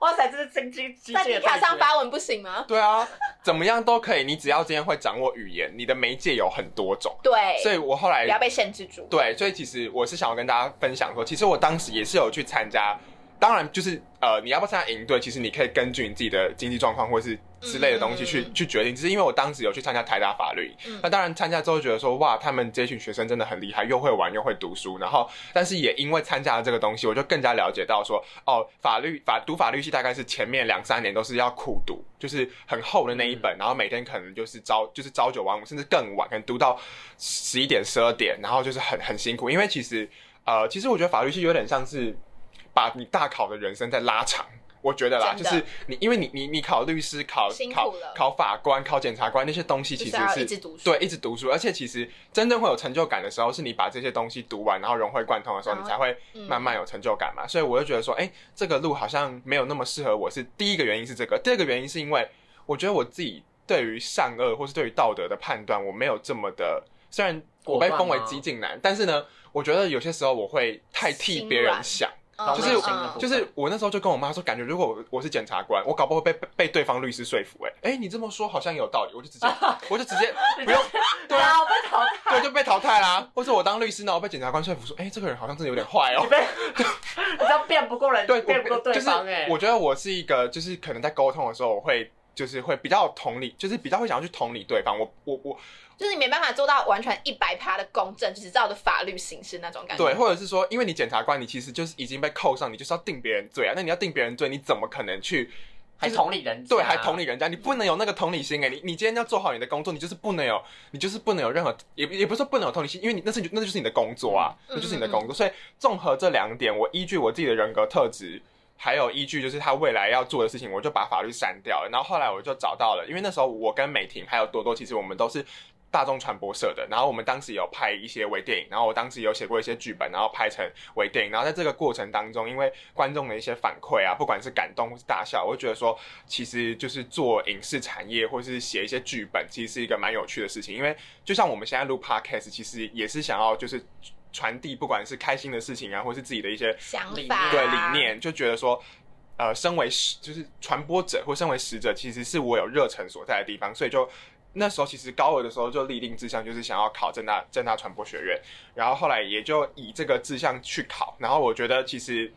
Speaker 1: 哇塞，这是激进激
Speaker 4: 在
Speaker 1: 进
Speaker 4: 迪
Speaker 1: 的
Speaker 4: 卡上
Speaker 1: 发，
Speaker 4: 发文不行吗？
Speaker 3: 对啊，怎么样都可以，你只要今天会掌握语言，你的媒介有很多种。
Speaker 4: 对，
Speaker 3: 所以我后来
Speaker 4: 不要被限制住。
Speaker 3: 对，所以其实我是想要跟大家分享说，其实我当时也是有去参加，当然就是呃，你要不要参加营队，其实你可以根据你自己的经济状况或是之类的东西去、
Speaker 4: 嗯
Speaker 3: 去决定。只是因为我当时有去参加台大法律，
Speaker 4: 嗯
Speaker 3: 那当然参加之后觉得说，哇，他们这群学生真的很厉害，又会玩又会读书，然后但是也因为参加了这个东西，我就更加了解到说，哦，法律法读法律系大概是前面两三年都是要苦读，就是很厚的那一
Speaker 4: 嗯
Speaker 3: 本，然后每天可能就是朝就是朝九晚五，甚至更晚，可能读到十一点十二点，然后就是很很辛苦，因为其实呃，其实我觉得法律系有点像是把你大考的人生在拉长。我觉得啦，
Speaker 4: 真
Speaker 3: 就
Speaker 4: 的
Speaker 3: 是你，因为你你你考律师、考
Speaker 4: 辛苦
Speaker 3: 考
Speaker 4: 了
Speaker 3: 考法官、考检察官那些东西，其实
Speaker 4: 就是啊要
Speaker 3: 是
Speaker 4: 一直读书
Speaker 3: 对，一直读书。而且其实真正会有成就感的时候，是你把这些东西读完，然后融会贯通的时候，
Speaker 4: 然
Speaker 3: 你
Speaker 4: 后
Speaker 3: 才会
Speaker 4: 嗯
Speaker 3: 慢慢有成就感嘛。所以我就觉得说，哎、这个路好像没有那么适合我。是第一个原因是这个，第二个原因是因为我觉得我自己对于善恶或是对于道德的判断，我没有这么的。虽然我被
Speaker 1: 果断
Speaker 3: 封为
Speaker 1: 吗
Speaker 3: 激进男，但是呢，我觉得有些时候我会太替
Speaker 4: 心
Speaker 3: 别人
Speaker 4: 软
Speaker 3: 想。
Speaker 4: 嗯，
Speaker 3: 就是
Speaker 4: 嗯嗯
Speaker 3: 就是我那时候就跟我妈说，感觉如果我我是检察官，我搞不好会被被被对方律师说服、欸。哎、你这么说好像有道理，我就直接我就直接 不用对啊，
Speaker 1: 我被淘汰，
Speaker 3: 对就被淘汰啦。或者我当律师呢，我被检察官说服说，哎、这个人好像真的有点坏哦、
Speaker 1: 你被，你知道辩不过人，
Speaker 3: 对，我
Speaker 1: 辩不过对
Speaker 3: 就是
Speaker 1: 方哎，
Speaker 3: 我觉得我是一个，就是可能在沟通的时候，我会就是会比较同理，就是比较会想要去同理对方。我我我
Speaker 4: 就是你没办法做到完全一百趴的公正，只照着法律行事那种
Speaker 1: 哎
Speaker 4: 感觉。
Speaker 3: 对，，或者是说，因为你检察官，你其实就是已经被扣上，你就是要定别人罪啊。那你要定别人罪，你怎么可能去
Speaker 1: 还同理人，
Speaker 3: 对，还同
Speaker 1: 理。
Speaker 3: 理人家，你不能有那个同理心哎、你你今天要做好你的工作，你就是不能有，你就是不能有任何，也也不是说不能有同理心，因为你那是你那就是你的工作啊，
Speaker 4: 嗯
Speaker 3: 那就是你的工作。所以综合这两点，我依据我自己的人格特质，还有依据就是他未来要做的事情，我就把法律删掉了。然后后来我就找到了，因为那时候我跟美婷还有多多，其实我们都是。大众传播社的，然后我们当时有拍一些微电影，然后我当时有写过一些剧本，然后拍成微电影，然后在这个过程当中，因为观众的一些反馈啊，不管是感动或是大笑，我就觉得说，其实就是做影视产业或是写一些剧本，其实是一个蛮有趣的事情。因为就像我们现在录 podcast，其实也是想要就是传递，不管是开心的事情啊，或是自己的一些
Speaker 4: 想
Speaker 1: 理念
Speaker 4: 法啊
Speaker 3: 对理念，啊就觉得说，呃，身为使就是传播者或身为使者，其实是我有热忱所在的地方，所以就那时候其实高二的时候就立定志向，就是想要考正大正大传播学院，然后后来也就以这个志向去考，然后我觉得其实。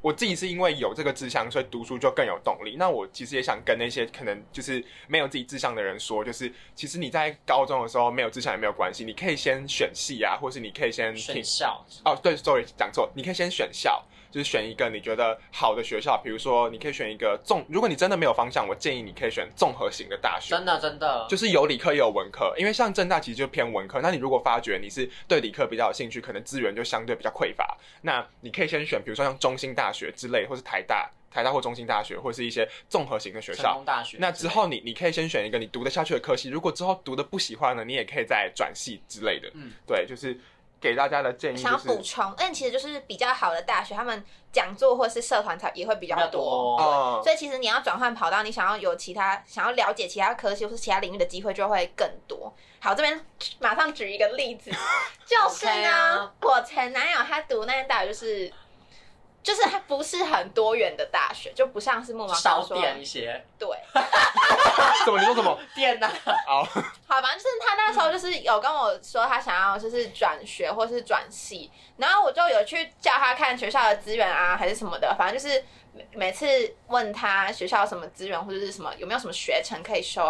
Speaker 3: 我自己是因为有这个志向，所以读书就更有动力。那我其实也想跟那些可能就是没有自己志向的人说，就是其实你在高中的时候没有志向也没有关系，你可以先选系啊，或是你可以先听
Speaker 1: 选校，
Speaker 3: 哦，对，sorry，讲错，你可以先选校，就是选一个你觉得好的学校，比如说你可以选一个综，如果你真的没有方向，我建议你可以选综合型的大学
Speaker 1: 真。的真的，
Speaker 3: 就是有理科也有文科，因为像正大其实就偏文科。那你如果发觉你是对理科比较有兴趣，可能资源就相对比较匮乏，那你可以先选，比如说像中兴大学之类，或是台大、台大或中兴大学，或是一些综合型的学
Speaker 1: 成
Speaker 3: 校
Speaker 1: 功。大学。
Speaker 3: 那之后你你可以先选一个你读得下去的科系，如果之后读的不喜欢呢，你也可以再转系之类的。
Speaker 1: 嗯，
Speaker 3: 对，就是给大家的建议、
Speaker 4: 我
Speaker 3: 就是。
Speaker 4: 想要补充，但其实就是比较好的大学，他们讲座或是社团才也会比较
Speaker 1: 比较
Speaker 4: 多。
Speaker 1: 多哦，
Speaker 3: 哦
Speaker 4: 所以其实你要转换跑道，你想要有其他想要了解其他科系或是其他领域的机会就会更多。好，这边马上举一个例 子，就是呢
Speaker 1: OK 啊
Speaker 4: 我前男友他读那间大学就是，就是他不是很多元的大学，就不像是木马刚
Speaker 1: 少
Speaker 4: 说的
Speaker 1: 点一些
Speaker 4: 对，
Speaker 3: 啊怎么？你说什么？
Speaker 1: 电啊呐，
Speaker 3: 好，
Speaker 4: 好，反正就是他那时候就是有跟我说他想要就是转学或是转系，然后我就有去叫他看学校的资源啊，还是什么的，反正就是每每次问他学校有什么资源或者是什么有没有什么学程可以修，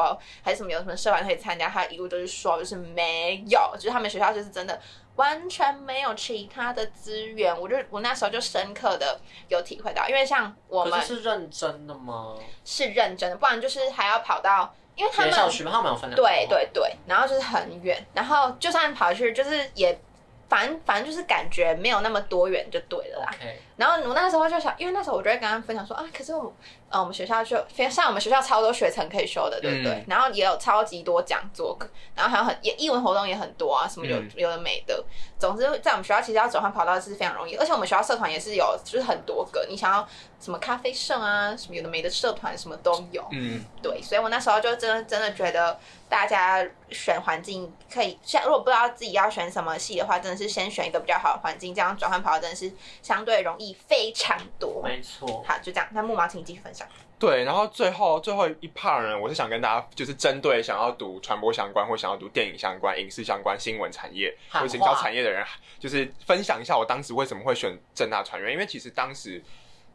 Speaker 4: 还是什么有什么社团可以参加，他一路都是说就是没有，就是他们学校就是真的。完全没有其他的资源，我就我那时候就深刻的有体会到，因为像我
Speaker 1: 可
Speaker 4: 们
Speaker 1: 是是认真的吗？
Speaker 4: 是认真的，不然就是还要跑到，因为他
Speaker 1: 学
Speaker 4: 们
Speaker 1: 校区吗他们有分两
Speaker 4: 对
Speaker 1: 栋
Speaker 4: 对对，然后就是很远，然后就算跑去，就是也反正反正就是感觉没有那么多远就对了啦。
Speaker 1: ，OK，
Speaker 4: 然后我那时候就想，因为那时候我就会跟他分享说啊，可是我呃，我们学校就非像我们学校超多学程可以修的，对不对？
Speaker 3: 嗯
Speaker 4: 然后也有超级多讲座，然后还有很也艺文活动也很多啊，什么有、
Speaker 3: 嗯
Speaker 4: 有的没的。总之，在我们学校其实要转换跑道是非常容易，而且我们学校社团也是有，就是很多个，你想要什么咖啡社啊，什么有的没的社团什么都有。
Speaker 3: 嗯，
Speaker 4: 对，所以我那时候就真的真的觉得，大家选环境可以，像如果不知道自己要选什么系的话，真的是先选一个比较好的环境，这样转换跑道真的是相对容易非常多。
Speaker 1: 没错，
Speaker 4: 好，就这样。那木毛，请你继续分享。
Speaker 3: 对。然后最后最后一 part 呢，我是想跟大家就是针对想要读传播相关或想要读电影相关、影视相关、新闻产业
Speaker 1: 喊
Speaker 3: 或行销
Speaker 1: 话
Speaker 3: 产业的人，就是分享一下我当时为什么会选正大传院，因为其实当时。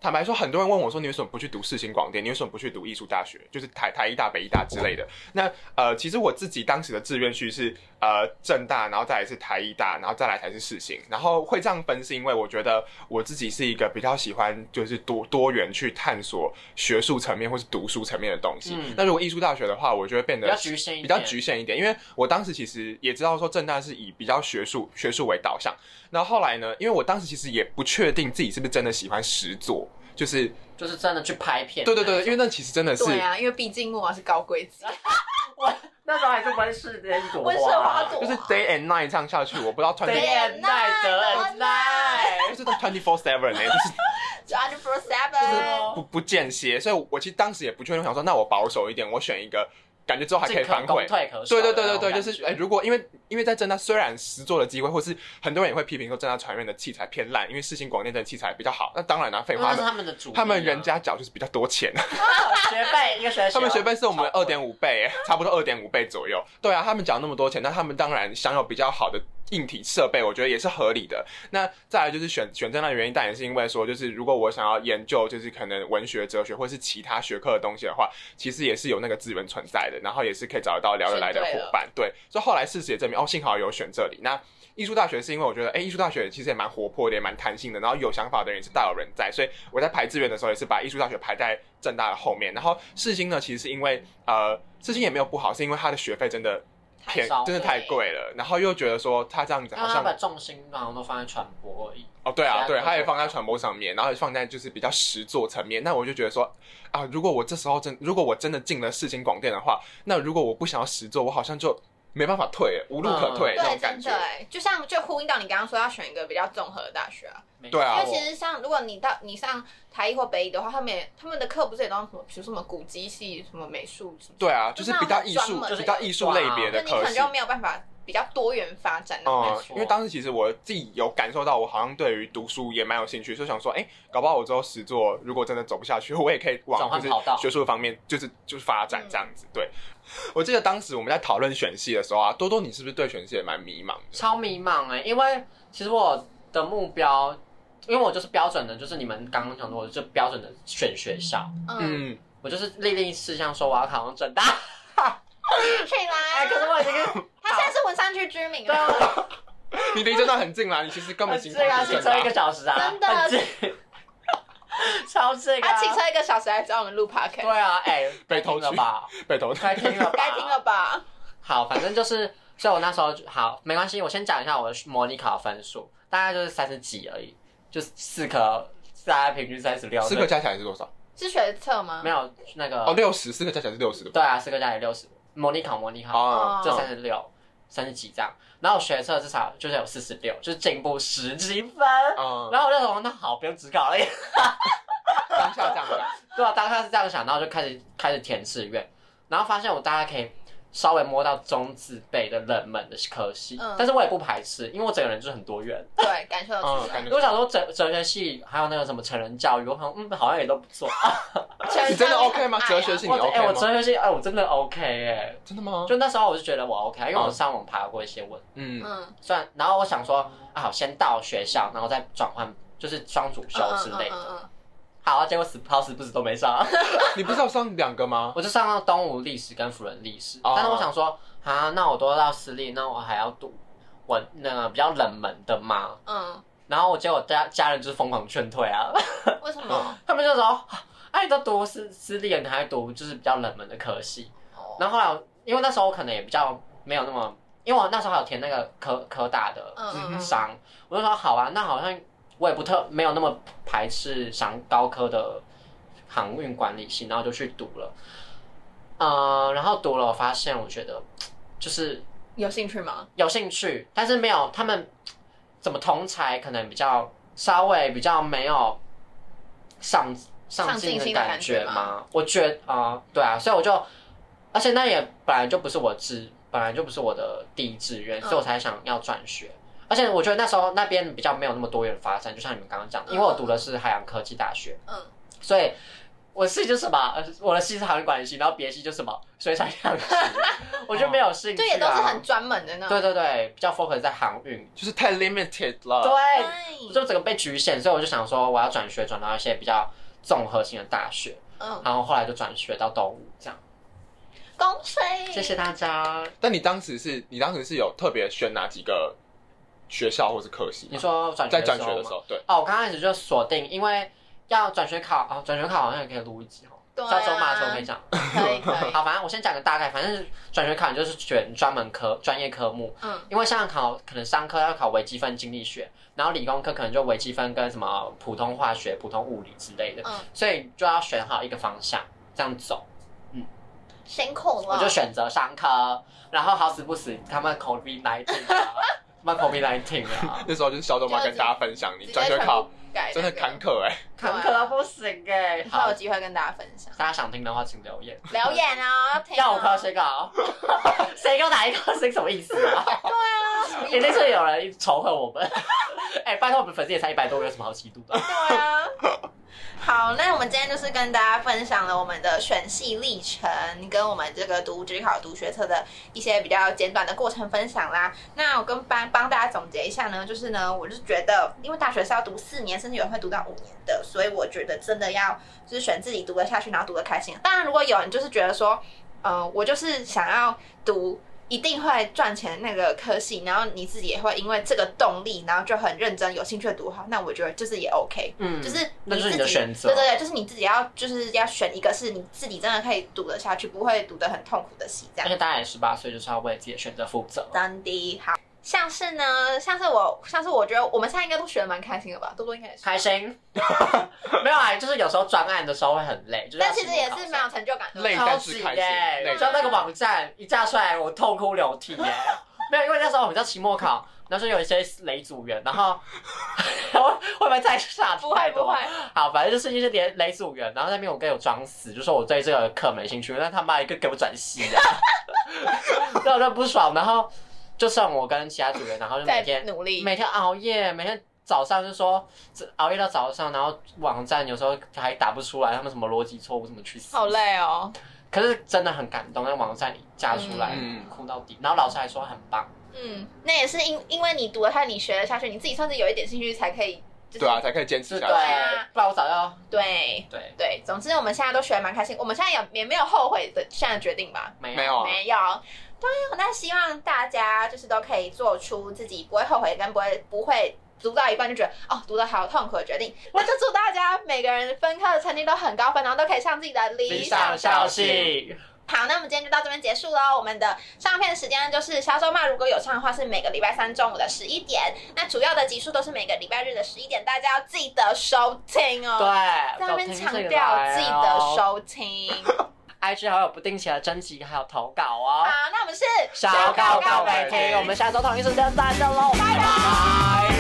Speaker 3: 坦白说，很多人问我说：“你为什么不去读世新广电？你为什么不去读艺术大学？就是台台艺大、北艺大之类的。那”呃，其实我自己当时的志愿序是呃正大，然后再来是台艺大，然后再来才是世新。然后会这样分，是因为我觉得我自己是一个比较喜欢就是多多元去探索学术层面或是读书层面的东西。
Speaker 1: 嗯
Speaker 3: 那如果艺术大学的话，我就会变得
Speaker 1: 比较局限一
Speaker 3: 比
Speaker 1: 点，
Speaker 3: 较局限一点，因为我当时其实也知道说正大是以比较学术学术为导向，然后后来呢，因为我当时其实也不确定自己是不是真的喜欢实作，就是
Speaker 1: 就是真的去拍片。
Speaker 3: 对对对，因为那其实真的是
Speaker 4: 对啊，因为毕竟木 毛是啊高规则，
Speaker 1: 我那时候还是温室的一朵
Speaker 4: 温室花朵
Speaker 3: 就是 day and night 这样下去，我不知道 twenty
Speaker 4: 对
Speaker 1: Day and night, day and night
Speaker 3: 就是 twenty four seven 呢，就是
Speaker 4: 抓住 f o r
Speaker 1: 是
Speaker 4: seven。
Speaker 3: 不不间 歇，所以我其实当时也不确定，我想说那我保守一点，我选一个感觉之后还可以
Speaker 1: 进
Speaker 3: 反
Speaker 1: 可
Speaker 3: 悔
Speaker 1: 攻，退可守
Speaker 3: 对
Speaker 1: 的
Speaker 3: 对
Speaker 1: 那种感觉。
Speaker 3: 对对对，就是哎、如果因为因为在正大虽然实作的机会，或是很多人也会批评说正大传院的器材偏烂，因为世新广电的器材比较好。那当然啦、废
Speaker 1: 因为
Speaker 3: 话
Speaker 1: 那是
Speaker 3: 的。
Speaker 1: 他们的主力啊，哦
Speaker 3: 他们 人家缴就是比较多钱，
Speaker 1: 学费一个学期，
Speaker 3: 他们学费是我们
Speaker 1: 超
Speaker 3: 二
Speaker 1: 贵
Speaker 3: 点五倍，哎差不多二点五倍左右。对啊，他们缴那么多钱，那他们当然享有比较好的硬体设备，我觉得也是合理的。那再来就是选选正大的原因，但也是因为说，就是如果我想要研究就是可能文学、哲学或是其他学科的东西的话，其实也是有那个资源存在的，然后也是可以找得到聊得来的
Speaker 4: 选对了
Speaker 3: 伙伴。对，所以后来事实也证明，哦，幸好有选这里。那艺术大学是因为我觉得，哎、艺术大学其实也蛮活泼的，也蛮弹性的，然后有想法的人也是大有人在，所以我在排志愿的时候也是把艺术大学排在正大的后面。然后世新呢，其实是因为呃，世新也没有不好，是因为它的学费真的
Speaker 1: 太
Speaker 3: 偏
Speaker 1: 少
Speaker 3: 真的太贵了，然后又觉得说它这样子
Speaker 1: 因为
Speaker 3: 好
Speaker 1: 他
Speaker 3: 像
Speaker 1: 把重心好像都放在传播而已。
Speaker 3: 哦，对
Speaker 1: 其
Speaker 3: 啊，
Speaker 1: 他
Speaker 3: 对，
Speaker 1: 都
Speaker 3: 它也
Speaker 1: 做
Speaker 3: 放在传播上面，然后也放在就是比较实作层面。那我就觉得说，啊，如果我这时候真，如果我真的进了世新广电的话，那如果我不想要实作，我好像就没办法退了，无路可退、那
Speaker 4: 对，
Speaker 3: 种感
Speaker 4: 真
Speaker 3: 觉
Speaker 4: 的。哎，就像就呼应到你刚刚说要选一个比较综合的大学啊，
Speaker 1: 没
Speaker 3: 对啊
Speaker 4: 因为
Speaker 3: 我
Speaker 4: 其实像如果你到你上台艺或北艺的话，他们也他们的课不是也都什么，比如说什么古籍系、什么美术什么，
Speaker 3: 对啊，就是比较艺
Speaker 4: 就
Speaker 3: 术
Speaker 4: 那种很专门，的
Speaker 3: 比较艺术类别
Speaker 4: 那
Speaker 3: 的
Speaker 4: 你可
Speaker 3: 科
Speaker 4: 能
Speaker 3: 系
Speaker 4: 就。没有办法比较多元发展那种感
Speaker 3: 嗯
Speaker 4: 觉。，
Speaker 1: 错
Speaker 3: 因为当时其实我自己有感受到，我好像对于读书也蛮有兴趣，所以想说，哎、搞不好我之后实作如果真的走不下去，我也可以
Speaker 1: 转
Speaker 3: 往
Speaker 1: 换
Speaker 3: 就是
Speaker 1: 跑道
Speaker 3: 学术方面，就是就是发展这样子。对，我记得当时我们在讨论选系的时候啊，多多你是不是对选系也蛮迷茫的？
Speaker 1: 超迷茫哎、因为其实我的目标，因为我就是标准的，就是你们刚刚讲的，我就标准的选学校，
Speaker 4: 嗯，
Speaker 3: 嗯，
Speaker 1: 我就是立定事项说我要考上正大。
Speaker 4: 可以
Speaker 1: 哎、可
Speaker 4: 啦。
Speaker 1: 是我已经
Speaker 4: 他现在是文山区居民
Speaker 1: 对
Speaker 4: 啊，
Speaker 1: 啊，
Speaker 3: 你离真的很近啦，你其实 根本行
Speaker 1: 骑
Speaker 3: 动
Speaker 1: 车
Speaker 3: 不
Speaker 1: 骑
Speaker 3: 正
Speaker 1: 车一个
Speaker 3: 常。
Speaker 1: 小时啊，
Speaker 4: 真的
Speaker 1: 很近 超近啊！
Speaker 4: 他骑车一个小时来找我们录 podcast，
Speaker 1: 对啊，哎、
Speaker 3: 被偷
Speaker 1: 该听
Speaker 3: 去
Speaker 1: 了吧？
Speaker 3: 北投
Speaker 1: 该听了吧？
Speaker 4: 该听了吧？
Speaker 1: 好，反正就是，所以我那时候就好，没关系，我先讲一下我的模拟考分数，大概就是三十几而已，就是四科，大概平均三十六。
Speaker 3: 四个加起来是多少？
Speaker 4: 是学测吗？
Speaker 1: 没有那个
Speaker 3: 哦，六十，四个加起来是六十的吧。
Speaker 1: 对啊，四个加起来六十，模拟考模拟考
Speaker 3: 哦
Speaker 1: 就三十六，三十几这样。然后我学测至少就是有四十六，就是进步十几分。
Speaker 3: 嗯，
Speaker 1: 然后我就想，那好，不用只考了。
Speaker 3: 当下这 样讲，
Speaker 1: 对啊，当下是这样想，然后就开始开始填志愿，然后发现我大概可以稍微摸到中字辈的冷门的科系，
Speaker 4: 嗯
Speaker 1: 但是我也不排斥，因为我整个人就是很多元。
Speaker 4: 对，感受得
Speaker 3: 嗯，
Speaker 4: 出来
Speaker 3: 感。
Speaker 1: 因为
Speaker 3: 觉
Speaker 1: 我想说哲哲学系还有那个什么成人教育，我想嗯好像也都不错。
Speaker 3: 你真的 OK 吗？哲学
Speaker 4: 系
Speaker 3: 系你
Speaker 1: 我哎、
Speaker 3: OK
Speaker 1: 我
Speaker 3: 吗？
Speaker 1: 哲学系哎、我真的 OK 哎、
Speaker 3: 真的吗？
Speaker 1: 就那时候我就觉得我 OK，因为我
Speaker 3: 嗯
Speaker 1: 上网爬过一些文。
Speaker 3: 嗯，
Speaker 4: 嗯，
Speaker 1: 虽然，然后我想说，啊，好，先到学校，然后再转换，就是双主修之类的。
Speaker 4: 嗯嗯嗯嗯
Speaker 1: 好啊，结果死好死不死都没上，
Speaker 3: 你不是要上两个吗？
Speaker 1: 我就上到东吴历史跟辅仁历史。
Speaker 3: 哦
Speaker 1: 但是我想说，啊，那我都到私立，那我还要读我那个比较冷门的嘛。
Speaker 4: 嗯
Speaker 1: 然后我结果家家人就是疯狂劝退啊，
Speaker 4: 嗯，为什么？
Speaker 1: 他们就说，啊，你都读私私立了，你还读就是比较冷门的科系。
Speaker 3: 嗯
Speaker 4: 哦
Speaker 1: 然后后来我，因为那时候我可能也比较没有那么，因为我那时候还有填那个科科大的
Speaker 4: 嗯嗯嗯
Speaker 1: 商，我就说好啊，那好像我也不特没有那么排斥上高科的航运管理系，然后就去读了。呃，然后读了，我发现我觉得就是
Speaker 4: 有兴趣吗？
Speaker 1: 有兴趣，但是没有他们怎么同才可能比较稍微比较没有上上进
Speaker 4: 上进心的
Speaker 1: 感
Speaker 4: 感觉
Speaker 1: 觉
Speaker 4: 吗
Speaker 1: 吗？我觉得啊、呃对啊，所以我就，而且那也本来就不是我志，本来就不是我的第一志愿，
Speaker 4: 嗯
Speaker 1: 所以我才想要转学。而且我觉得那时候那边比较没有那么多元发展，就像你们刚刚讲的，因为我读的是海洋科技大学，
Speaker 4: 嗯，
Speaker 1: 所以我的系就是什么，呃我的系是航运管理系，然后别的系就是什么水产 养殖，我就没有兴趣、啊。
Speaker 4: 对，也都是很专门的那
Speaker 1: 对
Speaker 4: 种。
Speaker 1: 对对，比较 focus 在航运。
Speaker 3: 就是太 limited 了。
Speaker 1: 对，
Speaker 4: 哎
Speaker 1: 我就整个被局限，所以我就想说我要转学，转到一些比较综合性的大学。
Speaker 4: 嗯，
Speaker 1: 然后后来就转学到东吴，这样。
Speaker 4: 公吹。
Speaker 1: 谢谢大家。
Speaker 3: 但你当时是你当时是有特别选哪几个学校或是科系吗？
Speaker 1: 你说转
Speaker 3: 在
Speaker 1: 学
Speaker 3: 转学
Speaker 1: 候
Speaker 3: 的时
Speaker 1: 吗？
Speaker 3: 候，对，
Speaker 1: 哦，我刚开始就锁定，因为要转学考哦，转学考好像也可以录一集哦。
Speaker 4: 对啊
Speaker 1: 下周嘛，的时候可以讲。
Speaker 4: 可以可以。
Speaker 1: 好，反正我先讲个大概，反正转学考你就是选专门科、专业科目，
Speaker 4: 嗯，
Speaker 1: 因为像考可能商科要考微积分、经济学，然后理工科可能就微积分跟什么普通化学、普通物理之类的，
Speaker 4: 嗯
Speaker 1: 所以就要选好一个方向这样走。
Speaker 4: 辛苦了。
Speaker 1: 我就选择商科，然后好死不死他们 COVID nineteen 啊，他们 COVID nineteen 啊，
Speaker 3: 那时候就是小周妈跟大家分享，你
Speaker 4: 直
Speaker 3: 转
Speaker 4: 接
Speaker 3: 学
Speaker 4: 全
Speaker 3: 考
Speaker 4: 部改
Speaker 3: 真的
Speaker 4: 那个
Speaker 3: 坎坷哎、
Speaker 1: 坎坷到不行哎、
Speaker 4: 以后
Speaker 1: 好
Speaker 4: 有，机会跟大家分享。
Speaker 1: 大家想听的话请 留言，
Speaker 4: 留言哦，要听哦
Speaker 1: 要五颗 谁搞？谁给我打一颗星什么意思啊？
Speaker 4: 对
Speaker 1: 一
Speaker 4: 啊，
Speaker 1: 定是有人仇恨我们。 哎、拜托我们粉丝也才一百多，有什么好嫉妒的？
Speaker 4: 对啊。 好，那我们今天就是跟大家分享了我们的选系历程，跟我们这个读职考、读学测的一些比较简短的过程分享啦。那我跟帮帮大家总结一下呢，就是呢，我就是觉得，因为大学是要读四年，甚至有人会读到五年的，所以我觉得真的要就是选自己读得下去，然后读得开心。当然，如果有人就是觉得说，呃，我就是想要读一定会赚钱的那个科系，然后你自己也会因为这个动力，然后就很认真、有兴趣地读好，那我觉得就是也 OK。
Speaker 1: 嗯，
Speaker 4: 就是
Speaker 1: 那就
Speaker 4: 自
Speaker 1: 是
Speaker 4: 己
Speaker 1: 你的选择
Speaker 4: 对对对，就是你自己要就是要选一个是你自己真的可以读得下去，不会读得很痛苦的戏这
Speaker 1: 而
Speaker 4: 样。
Speaker 1: 且大家也十八岁，就是要为自己的选择负责。
Speaker 4: 真的好，像是呢，像是我，像是我觉得我们现在应该都学的蛮开心的吧，多多应该也是。
Speaker 1: 开心， 没有啊，就是有时候专案的时候会很累，就是要啊
Speaker 4: 但其实
Speaker 1: 期末
Speaker 4: 也
Speaker 1: 考
Speaker 4: 是
Speaker 1: 试
Speaker 4: 蛮有成就感的。
Speaker 3: 累
Speaker 1: 超
Speaker 3: 但是
Speaker 1: 级
Speaker 3: 开心
Speaker 1: 耶！
Speaker 3: 累
Speaker 1: 你知道那个网站一架出来，我痛哭流涕耶。没有，因为那时候我们叫期末考，然后就有一些雷组员，然后会会不会太傻？
Speaker 4: 不会不会，
Speaker 1: 好，反正就是一些雷雷组员，然后那边我跟我装死，就说我对这个课没兴趣，但他妈一个给我转系的， 然后我就不爽，然后就剩我跟其他组员，然后就每
Speaker 4: 在
Speaker 1: 天
Speaker 4: 努力。
Speaker 1: 每天熬夜，每天早上就说这熬夜到早上，然后网站有时候还打不出来，他们什么逻辑错误，什么去死，
Speaker 4: 好累哦，
Speaker 1: 可是真的很感动，那网站里嫁出来、
Speaker 3: 嗯
Speaker 1: 哭到底，然后老师还说很棒，
Speaker 4: 嗯，那也是因因为你读了它，你学了下去，你自己算是有一点兴趣才可以，就是
Speaker 3: 对啊，才可以坚持
Speaker 1: 是
Speaker 3: 下
Speaker 1: 对，
Speaker 3: 去。
Speaker 4: 啊
Speaker 1: 不然我早就
Speaker 4: 对
Speaker 1: 对
Speaker 4: 对，总之我们现在都学的蛮开心，我们现在也也没有后悔的现在的决定吧，
Speaker 1: 没有
Speaker 3: 没有啊
Speaker 4: 没有。对，那希望大家就是都可以做出自己不会后悔跟不会不会读到一半就觉得哦读的好痛苦的决定。那就祝大家每个人分科的成绩都很高分，然后都可以上自己的理
Speaker 1: 理
Speaker 4: 想
Speaker 1: 想
Speaker 4: 小
Speaker 1: 消
Speaker 4: 息。
Speaker 1: 息，
Speaker 4: 好，那我们今天就到这边结束喽。我们的上片时间就是销售嘛，如果有上的话是每个礼拜三中午的十一点，那主要的集数都是每个礼拜日的十一点，大家要记得收听哦。
Speaker 1: 对，
Speaker 4: 在那边
Speaker 1: 给我听
Speaker 4: 强
Speaker 1: 这个
Speaker 4: 调
Speaker 1: 来
Speaker 4: 记
Speaker 1: 哦
Speaker 4: 得收听。
Speaker 1: IG 还有不定期的征集，还有投稿
Speaker 4: 好
Speaker 1: 哦。，
Speaker 4: 那我们是
Speaker 1: 小告告
Speaker 3: 白
Speaker 1: 每
Speaker 3: 听
Speaker 1: 听，我们下周同一时间再见喽，拜
Speaker 4: 拜
Speaker 1: 拜。